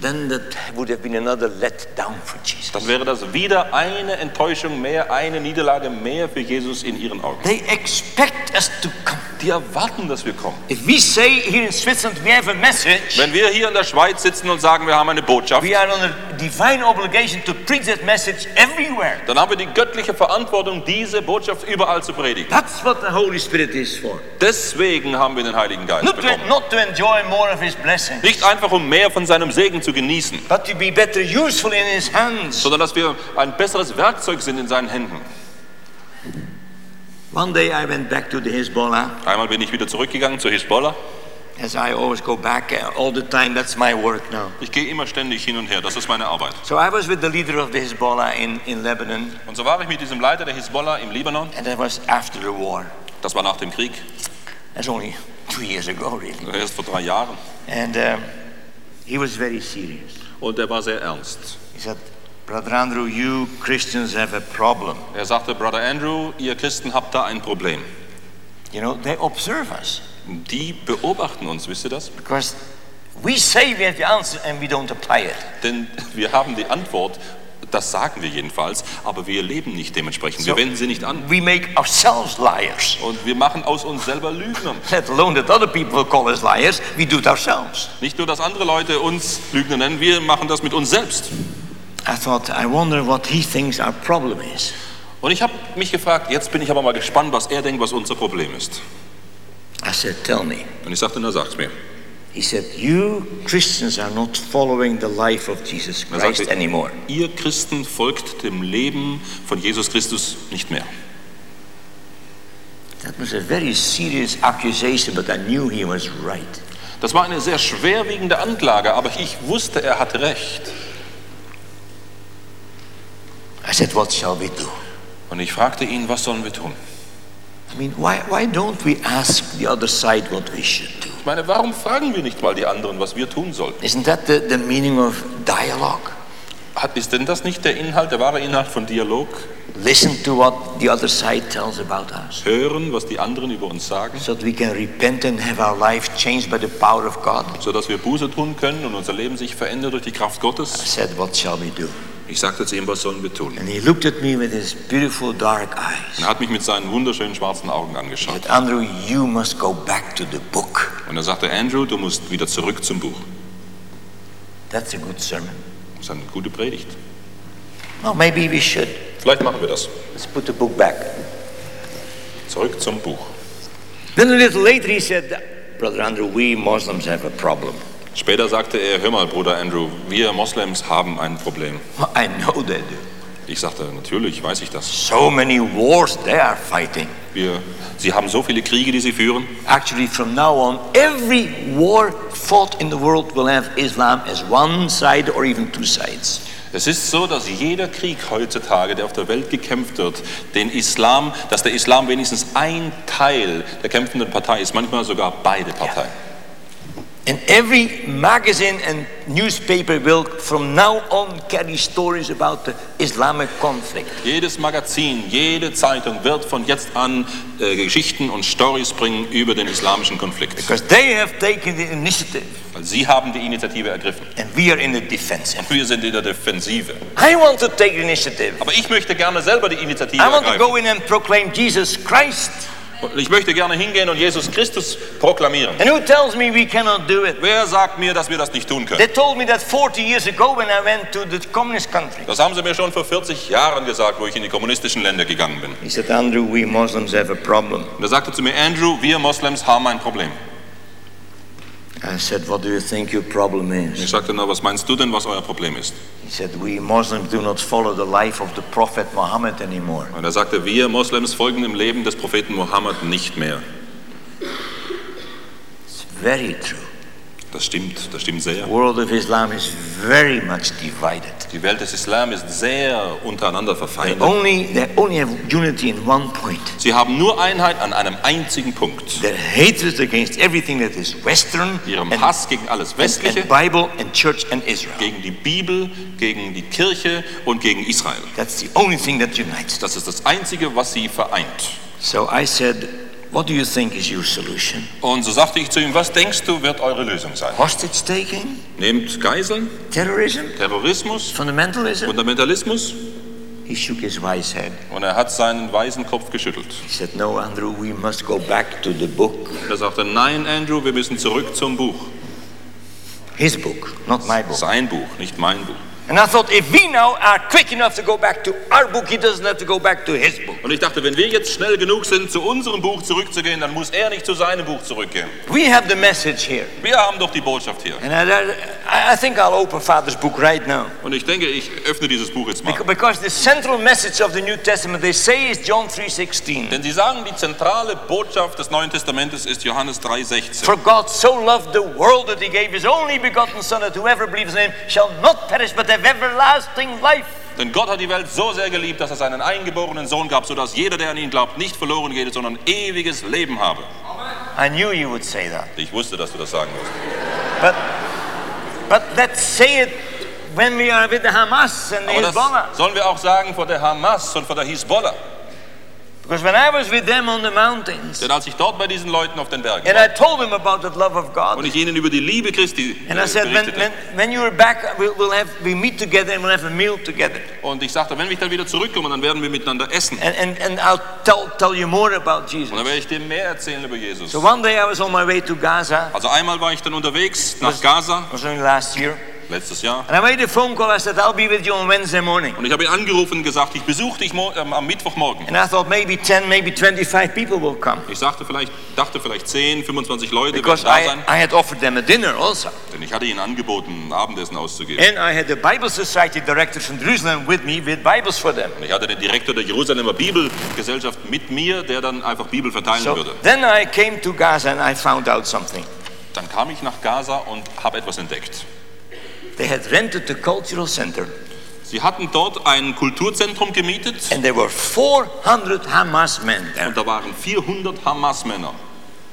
then that would have been another letdown for Jesus.
Dann wäre das wieder eine Enttäuschung mehr, eine Niederlage mehr für Jesus in ihren Augen.
They expect us to come.
Die erwarten, dass wir kommen.
If we say here in Switzerland we have a message,
Wenn wir hier in der Schweiz sitzen und sagen, wir haben eine Botschaft,
we are on a divine obligation to preach that message everywhere.
dann haben wir die göttliche Verantwortung, diese Botschaft überall zu predigen.
That's what the Holy Spirit is for.
Deswegen haben wir den Heiligen Geist
Not to,
bekommen.
not to enjoy more of his blessing,
Nicht einfach, um mehr von seinem Segen zu genießen,
but to be better useful in his hands.
sondern dass wir ein besseres Werkzeug sind in seinen Händen.
One day I went back to the Hezbollah
Einmal bin ich wieder zurückgegangen zu Hisbollah
As I always go back uh, all the time, that's my work now.
Ich gehe immer ständig hin und her, das ist meine Arbeit.
So I was with the leader of the Hezbollah in, in Lebanon,
Und so war ich mit diesem Leiter der Hisbollah im Libanon,
and that was after the war.
das war nach dem Krieg,
That's only two years ago, really.
erst vor drei Jahren,
And um, he was very serious.
und er war sehr ernst.
He said, Brother Andrew, you Christians have a problem.
Er sagte, Brother Andrew, ihr Christen habt da ein Problem.
You know, they observe us
Die beobachten uns, wisst ihr das?
because we say we have the answer and we don't apply it.
Denn [LAUGHS] wir haben die Antwort, das sagen wir jedenfalls, aber wir leben nicht dementsprechend. Wir
So-
wenden sie nicht an.
We make ourselves liars, [LAUGHS]
Und wir machen aus uns selber Lügner.
let alone that other people will call us liars. We do it ourselves.
Nicht nur, dass andere Leute uns Lügner nennen, wir machen das mit uns selbst.
I thought, I wonder what he thinks our problem is.
Und ich habe mich gefragt, jetzt bin ich aber mal gespannt, was er denkt, was unser Problem ist.
I said, Tell me.
Und ich sagte, na sag's mir.
He said, You Christians are not following the life of Jesus
Er sagte,
Christ anymore.
ihr Christen folgt dem Leben von Jesus Christus nicht mehr.
That was a very serious accusation, but I knew he was right.
Das war eine sehr schwerwiegende Anklage, aber ich wusste, er hat recht.
I said, What shall we do?
Und ich fragte ihn, was sollen wir tun?
I mean, why, why don't we ask the other side what we should do?
Ich meine, warum fragen wir nicht mal die anderen, was wir tun sollten?
Isn't that the, the meaning of dialogue?
Hat, ist denn das nicht der Inhalt, der wahre Inhalt von Dialog?
Listen to what the other side tells about us
Hören, was die anderen über uns sagen,
so that we can repent and have our life changed by the power of God.
sodass wir Buße tun können und unser Leben sich verändert durch die Kraft
I
Gottes?
said, What shall we do?
Ich sagte zu ihm, was sollen wir tun?
And he looked at me with his beautiful dark eyes.
Und er hat mich mit seinen wunderschönen schwarzen Augen angeschaut.
But Andrew, you must go back to the book.
Und er sagte, Andrew, du musst wieder zurück zum Buch.
That's a good sermon.
Das ist eine gute Predigt.
Well, maybe we should.
Vielleicht machen wir das.
Let's put the book back.
Zurück zum Buch.
Then a little later he said, Brother Andrew, we Muslims have a problem.
Später sagte er, hör mal, Bruder Andrew, wir Moslems haben ein Problem.
Well, I know they do.
Ich sagte, natürlich weiß ich das.
So many wars they are fighting.
Wir, sie haben so viele Kriege, die sie führen.
Actually, from now on, every war fought in the world will have Islam as one side or even two sides.
Es ist so, dass jeder Krieg heutzutage, der auf der Welt gekämpft wird, den Islam, dass der Islam wenigstens ein Teil der kämpfenden Partei ist, manchmal sogar beide Parteien.
And every magazine and newspaper will from now on carry stories about the Islamic conflict.
Jedes Magazin, jede Zeitung wird von jetzt an äh, Geschichten und Stories bringen über den islamischen Konflikt.
Because they have taken the initiative
Weil sie haben die Initiative ergriffen.
and we are in the defensive.
Wir sind in der Defensive.
I want to take the initiative.
Aber ich möchte gerne selber die Initiative
I want to
ergreifen.
go in and proclaim Jesus Christ.
Und Ich möchte gerne hingehen und Jesus Christus proklamieren.
And who tells me we cannot do it?
Wer sagt mir, dass wir das nicht tun können?
They told me that 40 years ago when I went to the communist country.
Das haben sie mir schon vor 40 Jahren gesagt, wo ich in die kommunistischen Länder gegangen bin.
He said, Andrew, we Muslims have a problem.
Und er sagte zu mir, Andrew, wir Moslems haben ein Problem.
I said, What do you think your problem
Ich
is?
sagte, na, was meinst du denn, was euer Problem ist?
He said, We Muslims do not follow the life of the Prophet Muhammad anymore.
Und er sagte, wir Moslems folgen dem Leben des Propheten Mohammed nicht mehr.
It's very true.
Das stimmt, das stimmt sehr.
The world of Islam is very much divided.
Die Welt des Islam ist sehr untereinander
They
verfeindet.
only, they only have unity in one point
Sie haben nur Einheit an einem einzigen Punkt.
their hatred against everything that is Western
Ihrem
and,
Hass gegen alles Westliche,
and Bible and church and Israel.
gegen die Bibel, gegen die Kirche und gegen Israel.
That's the only thing that unites them.
Das ist das Einzige, was sie vereint.
So I said, What do you think is your solution?
Und so sagte ich zu ihm, was denkst du, wird eure Lösung sein?
Hostage taking?
Nehmt Geiseln,
Terrorism?
Terrorismus,
Fundamentalism?
Fundamentalismus?
He shook his wise head.
Und er hat seinen weisen Kopf geschüttelt.
He said, No, Andrew, we must go back to the book.
Er sagte, nein, Andrew, wir müssen zurück zum Buch.
His book, not my book.
Sein Buch, nicht mein Buch.
And I thought, if we now are quick enough to go back to our book, he doesn't have to go back to his book.
Und ich dachte, wenn wir jetzt schnell genug sind, zu unserem Buch zurückzugehen, dann muss er nicht zu seinem Buch zurückgehen.
We have the message here.
Wir haben doch die Botschaft hier.
And I, I think I'll open Father's book right now.
Und ich denke, ich öffne dieses Buch jetzt mal.
Bec- Because the central message of the New Testament, they say, is John 3.16.
Denn sie sagen, die zentrale Botschaft des Neuen Testamentes ist Johannes 3,16.
For God so loved the world that he gave his only begotten Son, that whoever believes in him shall not perish but have everlasting life.
Denn Gott hat die Welt so sehr geliebt, dass er seinen eingeborenen Sohn gab, sodass jeder, der an ihn glaubt, nicht verloren geht, sondern ewiges Leben habe.
I knew you would say that.
Ich wusste, dass du das sagen wirst.
But, but let's say it when we are with the Hamas and the
Aber
Hezbollah.
das sollen wir auch sagen vor der Hamas und vor der Hisbollah.
Because when I was with them on the mountains,
Denn als ich dort bei diesen Leuten auf den Bergen
and
war
I told them about the love of
und
God,
ich ihnen über die Liebe Christi äh,
and I said, when, when,
berichtete,
when you're back, we'll, we'll have, we meet together and we'll have a meal together.
und ich sagte, wenn ich dann wieder zurückkomme, dann werden wir miteinander essen.
And, and, and I'll tell, tell you more about Jesus.
Und dann werde ich dir mehr erzählen über Jesus.
So one day I was on my way to Gaza,
Also einmal war ich dann unterwegs
Was-
nach Gaza,
it was only last year,
letztes Jahr.
and I made a phone call. I said, I'll be with you on Wednesday morning.
Und ich habe ihn angerufen und gesagt, ich besuche dich mo- ähm, am Mittwochmorgen.
And I thought maybe 10, maybe 25 people will come.
Ich sagte vielleicht, dachte vielleicht 10, 25 Leute werden
Because
da
I,
sein.
I had offered them a dinner also.
Denn ich hatte ihnen angeboten, ein Abendessen auszugeben.
And I had the Bible Society director from Jerusalem with me with Bibles for them.
Und ich hatte den Direktor der Jerusalemer Bibelgesellschaft mit mir, der dann einfach Bibel verteilen
So
würde.
then I came to Gaza and I found out something.
Dann kam ich nach Gaza und habe etwas entdeckt.
They had rented the cultural center
Sie hatten dort ein Kulturzentrum gemietet
and there were 400 Hamas men there.
und da waren 400 Hamas-Männer.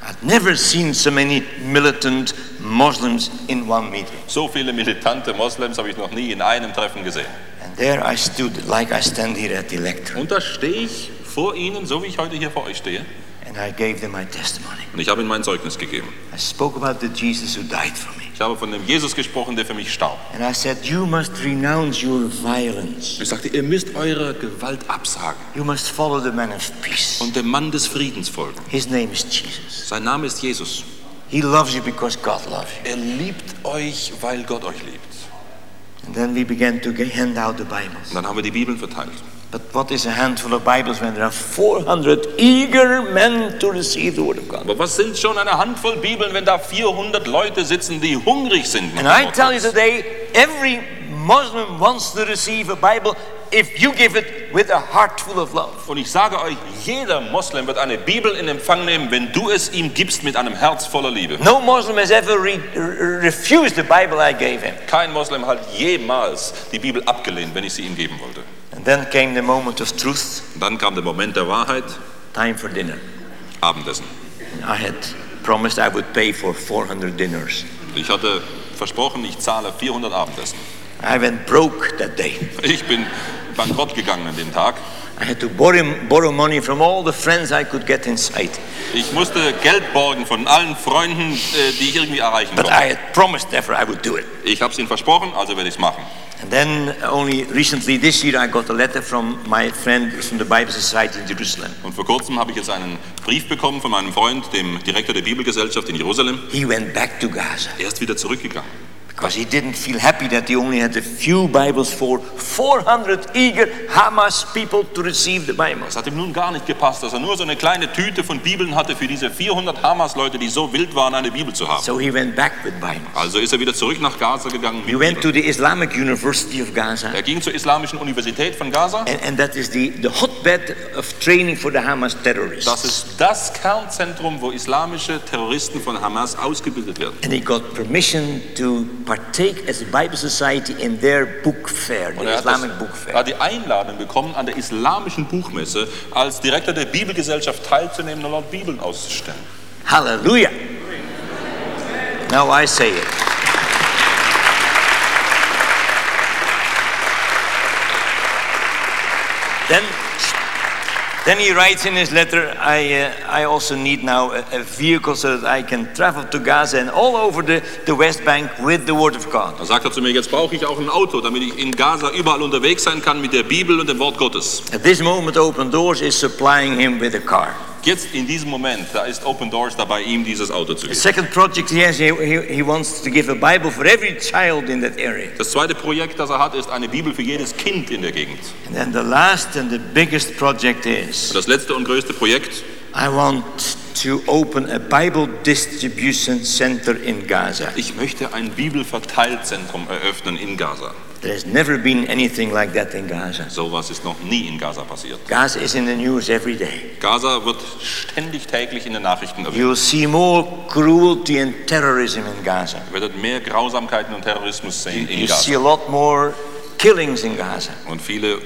I'd never seen so many militant Muslims in one meeting.
So viele militante Moslems habe ich noch nie in einem Treffen gesehen.
And there I stood like I stand here at the lectern
Und da stehe ich vor Ihnen, so wie ich heute hier vor euch stehe.
and I gave them my testimony.
Und ich habe Ihnen mein Zeugnis gegeben.
I spoke about the Jesus who died for me.
Ich habe von dem Jesus gesprochen, der für mich starb.
And I said, You must renounce your violence.
Ich sagte, ihr müsst eure Gewalt absagen
You must follow the man of peace.
und dem Mann des Friedens folgen.
His name is Jesus.
Sein Name ist Jesus.
He loves you because God loves you.
Er liebt euch, weil Gott euch liebt.
And then we began to get, hand out the
Und
Bibles.
dann haben wir die Bibeln verteilt.
But what is a handful of Bibles when there are 400 eager men to receive the Word of God?
Aber was sind schon eine Handvoll Bibeln, wenn da 400 Leute sitzen, die hungrig sind? nach
And
dem
I
Wort
tell you
Gottes?
today, every Muslim wants to receive a Bible if you give it with a heart full of love.
Und ich sage euch, jeder Moslem wird eine Bibel in Empfang nehmen, wenn du es ihm gibst mit einem Herz voller Liebe.
No Muslim has ever re- re- refused the Bible I gave him.
Kein Moslem hat jemals die Bibel abgelehnt, wenn ich sie ihm geben wollte.
And then came the moment of truth,
Und dann kam der Moment der Wahrheit,
time for dinner.
Abendessen.
I had promised I would pay for 400 dinners.
Ich hatte versprochen, ich zahle 400 Abendessen.
I went broke that day.
Ich bin bankrott gegangen an dem Tag.
I had to borrow, borrow money from all the friends I could get in sight.
Ich musste Geld borgen von allen Freunden, äh, die ich irgendwie erreichen
But
konnte.
I had promised never I would do it.
Ich habe es ihnen versprochen, also werde ich es machen.
And then only recently this year I got a letter from my friend from the Bible Society in Jerusalem.
Und vor kurzem habe ich jetzt einen Brief bekommen von meinem Freund, dem Direktor der Bibelgesellschaft in Jerusalem.
He went back to Gaza
Er ist wieder zurückgegangen,
because he didn't feel happy that he only had a few Bibles for 400 eager Hamas people to receive the Bible.
Es hat ihm nun gar nicht gepasst, dass er nur so eine kleine Tüte von Bibeln hatte für diese 400 Hamas-Leute, die so wild waren, eine Bibel zu haben.
So he went back with Bibles.
Also ist er wieder zurück nach Gaza gegangen.
We
Mit
went
Bibeln.
to the Islamic University of Gaza.
Er ging zur Islamischen Universität von Gaza.
And, and that is the, the hotbed of training for the Hamas terrorists.
Das ist das Kernzentrum, wo islamische Terroristen von Hamas ausgebildet werden.
and he got permission to partake as a Bible Society in their book fair, the
Und er hat, das,
Islamic book
er
fair.
hat die Einladung bekommen, an der islamischen Buchmesse als Direktor der Bibelgesellschaft teilzunehmen und dort Bibeln auszustellen.
Hallelujah. Now I say it. Then, then he writes in his letter, I, uh, I also need now a, a vehicle so that I can travel to Gaza and all over the, the West Bank with the Word of God.
Da sagt er zu mir, jetzt brauche ich auch ein Auto, damit ich in Gaza überall unterwegs sein kann mit der Bibel und dem Wort Gottes.
At this moment, Open Doors is supplying him with a car.
Jetzt in diesem Moment, da ist Open Doors dabei, ihm dieses Auto
The
zu geben.
second project he has, he, he, he wants to give a Bible for every child in that area.
Das zweite Projekt, das er hat, ist eine Bibel für jedes Kind in der Gegend.
And then the last and the biggest project is
Das letzte und größte Projekt,
I want to open a Bible distribution center in Gaza.
ich möchte ein Bibelverteilzentrum eröffnen in Gaza.
There has never been anything like that in Gaza.
Sowas ist noch nie in Gaza passiert.
Gaza is in the news every day.
Gaza wird ständig täglich in den Nachrichten erwähnt.
You'll see more cruelty and terrorism in Gaza.
Ihr werdet mehr Grausamkeiten und Terrorismus sehen in
You see
Gaza
a lot more killings in Gaza.
und viele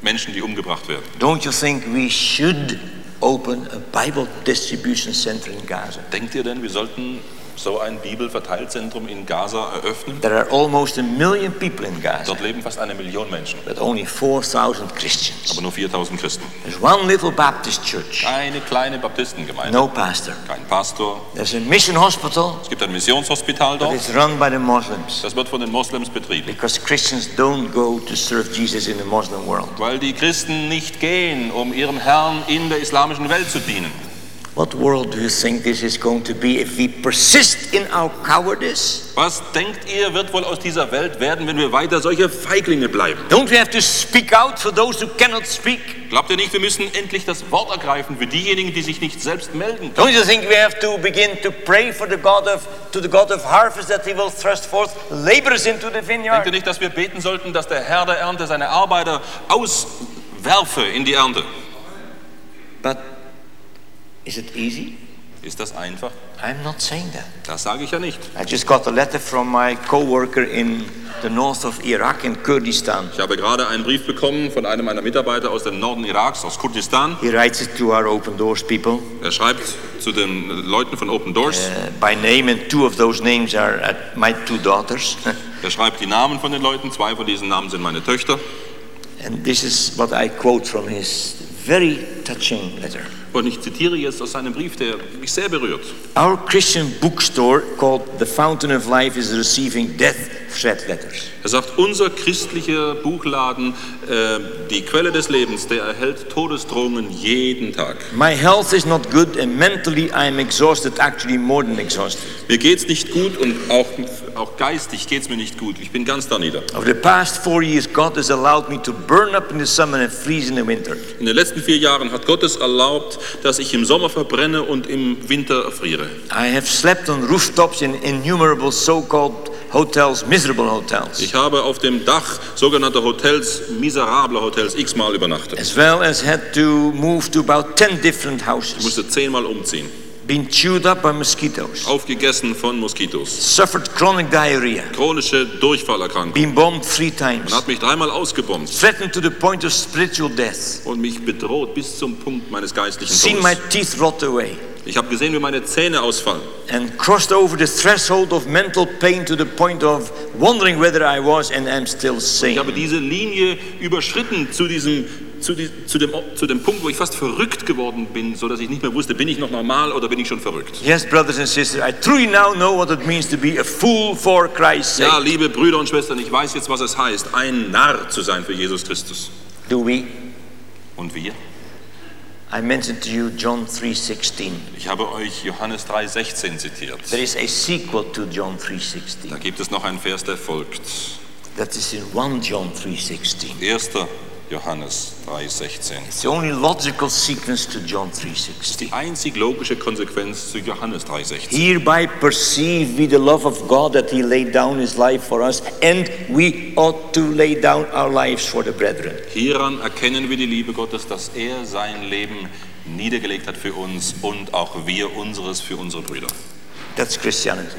Menschen, die umgebracht werden.
Don't you think we should open a Bible distribution center in Gaza?
Denkt ihr denn, wir sollten so ein Bibelverteilzentrum in Gaza eröffnen?
There are almost a million people in Gaza,
Dort leben fast eine Million Menschen,
but only 4,000 Christians.
aber nur 4000 Christen.
There's one little Baptist church,
Eine kleine Baptistengemeinde,
no pastor.
kein Pastor.
There's a mission hospital,
Es gibt ein Missionshospital
but
dort.
it's run by the Muslims
Das wird von den Moslems betrieben.
because Christians don't go to serve Jesus in the Muslim world.
Weil die Christen nicht gehen, um ihrem Herrn in der islamischen Welt zu dienen.
What world do you think this is going to be if we persist in our cowardice?
Was denkt ihr, wird wohl aus dieser Welt werden, wenn wir weiter solche Feiglinge bleiben?
Don't we have to speak out for those who cannot speak?
Glaubt ihr nicht, wir müssen endlich das Wort ergreifen für diejenigen, die sich nicht selbst melden?
Don't you think we have to begin to pray for the God of to the God of harvest that he will thrust forth laborers into the
Denkt ihr
vineyard?
nicht, dass wir beten sollten, dass der Herr der Ernte seine Arbeiter auswerfe in die Ernte?
But is it easy?
Ist das einfach?
I'm not saying that.
Das sage ich ja nicht.
I just got a letter from my coworker in the north of Iraq in Kurdistan.
Ich habe gerade einen Brief bekommen von einem meiner Mitarbeiter aus dem Norden Iraks, aus Kurdistan.
He writes it to our open doors people
Er schreibt zu den Leuten von Open Doors.
uh, by name, and two of those names are uh, my two daughters. [LAUGHS]
Er schreibt die Namen von den Leuten. Zwei von diesen Namen sind meine Töchter.
and this is what I quote from his very touching letter.
Und ich zitiere jetzt aus seinem Brief, der mich sehr berührt.
Our Christian bookstore called The Fountain of Life is receiving death threat letters.
Er sagt, unser christlicher Buchladen, äh, die Quelle des Lebens, der erhält Todesdrohungen jeden Tag.
My health is not good and mentally I'm exhausted, actually more than exhausted.
Mir geht's nicht gut und auch, auch geistig geht's mir nicht gut. Ich bin ganz da nieder.
Over the past four years, God has allowed me to burn up in the summer and freeze in the winter.
In den letzten vier Jahren hat Gott es erlaubt, dass ich im Sommer verbrenne und im Winter erfriere.
I have slept on rooftops in innumerable so-called hotels, miserable hotels,
Ich habe auf dem Dach sogenannter Hotels, miserable Hotels, x-mal übernachtet.
as well as had to move to about 10 different
Ich
houses,
musste zehnmal umziehen,
been chewed up by mosquitoes,
aufgegessen von Moskitos,
suffered chronic diarrhea,
chronische Durchfallerkrankung.
been bombed three times,
Man hat mich dreimal ausgebombt
threatened to the point of spiritual death,
und mich bedroht bis zum Punkt meines geistlichen
seen
Todes.
my teeth rot away,
Ich habe gesehen, wie meine Zähne ausfallen.
and crossed over the threshold of mental pain to the point of wondering whether I was and am still
Ich
sane.
habe diese Linie überschritten zu diesem, zu, die, zu, dem, zu dem Punkt, wo ich fast verrückt geworden bin, so dass ich nicht mehr wusste, bin ich noch normal oder bin ich schon verrückt.
Yes, brothers and sisters, I truly now know what it means to be a fool for Christ's sake.
Ja, liebe Brüder und Schwestern, ich weiß jetzt, was es heißt, ein Narr zu sein für Jesus Christus.
Do we?
Und wir?
I mentioned to you John 3:16.
Ich habe euch Johannes 3,16 zitiert.
There is a sequel to John
Da
3:16.
gibt es noch einen Vers, der folgt.
That is in 1 John 3:16.
1. Johannes 3,16.
It's the only logical sequence to John
Das
3:16.
ist die einzig logische Konsequenz zu Johannes 3,16.
Hereby perceive we the love of God that He laid down His life for us, and we ought to lay down our lives for the brethren.
Hieran erkennen wir die Liebe Gottes, dass er sein Leben niedergelegt hat für uns und auch wir unseres für unsere Brüder.
That's Christianity.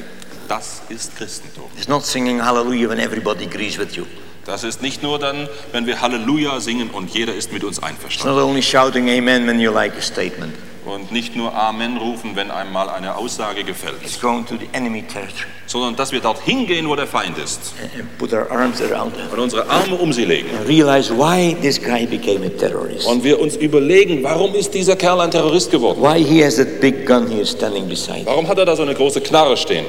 Das ist Christentum.
It's not singing hallelujah when everybody agrees with you.
Das ist nicht nur dann, wenn wir Halleluja singen und jeder ist mit uns
It's
einverstanden.
not only shouting amen when you like a statement.
Und nicht nur Amen rufen, wenn einmal eine Aussage
It's
gefällt,
going to the enemy territory
sondern dass wir dorthin gehen, wo der Feind ist
and and put our arms around them.
und unsere Arme um sie legen.
And realize why this guy became a terrorist.
Und wir uns überlegen, warum ist dieser Kerl ein Terrorist geworden?
Why he has that big gun here standing beside him.
Warum hat er da so eine große Knarre stehen?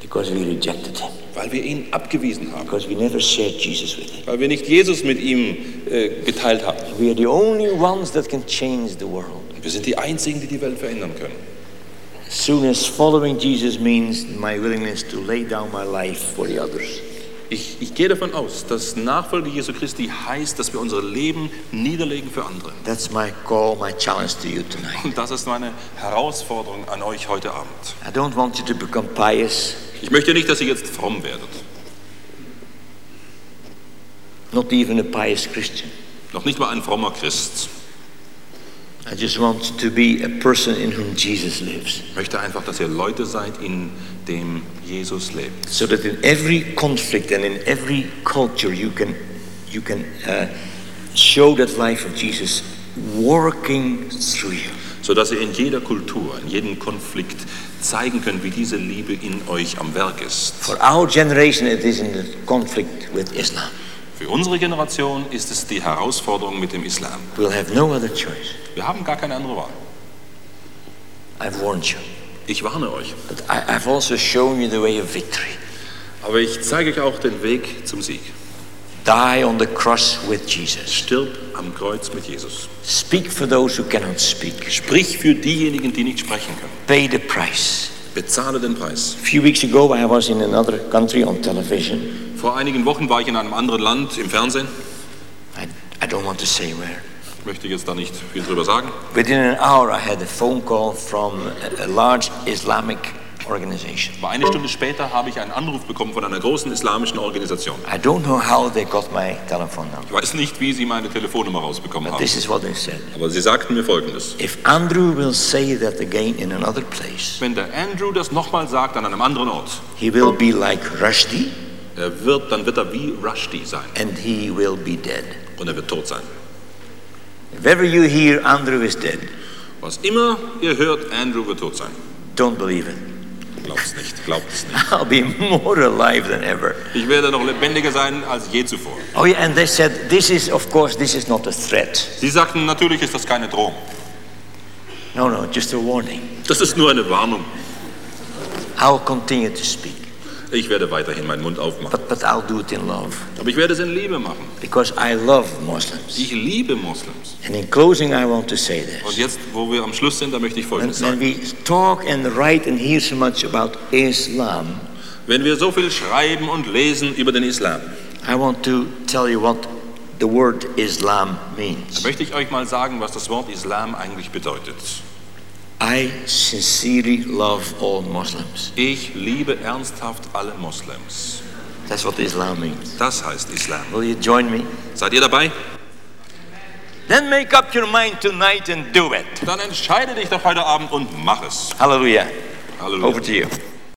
Because we rejected him.
Weil wir ihn abgewiesen haben.
Because we never shared Jesus with him.
Weil wir nicht Jesus mit ihm äh, geteilt haben.
We are the only ones that can change the world.
Wir sind die Einzigen, die die Welt verändern können.
Soon as following Jesus means my willingness to lay down my life for the others.
Ich, ich gehe davon aus, dass Nachfolge Jesu Christi heißt, dass wir unser Leben niederlegen für andere.
That's my call, my challenge to you tonight.
Und das ist meine Herausforderung an euch heute Abend.
I don't want you to become pious,
Ich möchte nicht, dass ihr jetzt fromm werdet.
not even a pious Christian.
Noch nicht mal ein frommer Christ.
I just want to be a person in whom Jesus lives.
Ich möchte einfach, dass ihr Leute seid, in dem Jesus lebt.
So that in every conflict and in every culture you can, you can uh, show that life of Jesus working through you.
Sodass ihr in jeder Kultur, in jedem Konflikt zeigen könnt, wie diese Liebe in euch am Werk ist.
For our generation, it is in the conflict with Islam.
Für unsere Generation ist es die Herausforderung mit dem Islam.
We'll have no other choice.
Wir haben gar keine andere Wahl.
I've warned you.
Ich warne euch.
But I, I've also shown you the way of victory.
Aber ich zeige euch auch den Weg zum Sieg.
Die on the cross with Jesus.
Stirb am Kreuz mit Jesus.
Speak for those who cannot speak.
Sprich für diejenigen, die nicht sprechen können.
Pay the price.
Bezahle den Preis.
A few weeks ago, I was in another country on television.
Vor einigen Wochen war ich in einem anderen Land im Fernsehen.
I, I don't want to say where.
Möchte ich jetzt da nicht viel drüber sagen.
Within an hour, I had a phone call from a, a large Islamic organization.
Aber eine Stunde später habe ich einen Anruf bekommen von einer großen islamischen Organisation.
I don't know how they got my telephone number,
Ich weiß nicht, wie sie meine Telefonnummer rausbekommen
but
haben.
this is what they said.
Aber sie sagten mir Folgendes.
If Andrew will say that again in another place,
Wenn der Andrew das nochmal sagt an einem anderen Ort,
he will be like Rushdie
er wird, dann wird er wie Rushdie sein.
and he will be dead.
Und er wird tot sein.
If ever you hear Andrew is dead,
Was immer ihr hört, Andrew wird tot sein.
don't believe it.
Glaubt's nicht, glaubt es
[LAUGHS]
nicht.
I'll be more alive than ever.
Ich werde noch lebendiger sein als je zuvor.
Oh yeah, and they said this is, of course, this is not a threat.
Sie sagten, natürlich ist das keine Drohung.
No, no, just a warning.
Das ist nur eine Warnung.
I'll continue to speak,
Ich werde weiterhin meinen Mund aufmachen.
but but I'll do it in love
Aber ich werde es in Liebe machen.
because I love Muslims.
Ich liebe Moslems.
And in closing, I want to say
Und
this.
jetzt, wo wir am Schluss sind, da möchte ich
When,
Folgendes
when
sagen.
we talk and write and hear so much about Islam,
Wenn wir so viel schreiben und lesen über den Islam,
I want to tell you what the word Islam means.
möchte ich euch mal sagen, was das Wort Islam eigentlich bedeutet.
I sincerely love all Muslims.
Ich liebe ernsthaft alle Moslems.
That's what Islam means.
Das heißt Islam.
Will you join me?
Seid ihr dabei?
Then make up your mind tonight and do it.
Dann entscheide dich doch heute Abend und mach es.
Hallelujah.
Halleluja.
Over to you.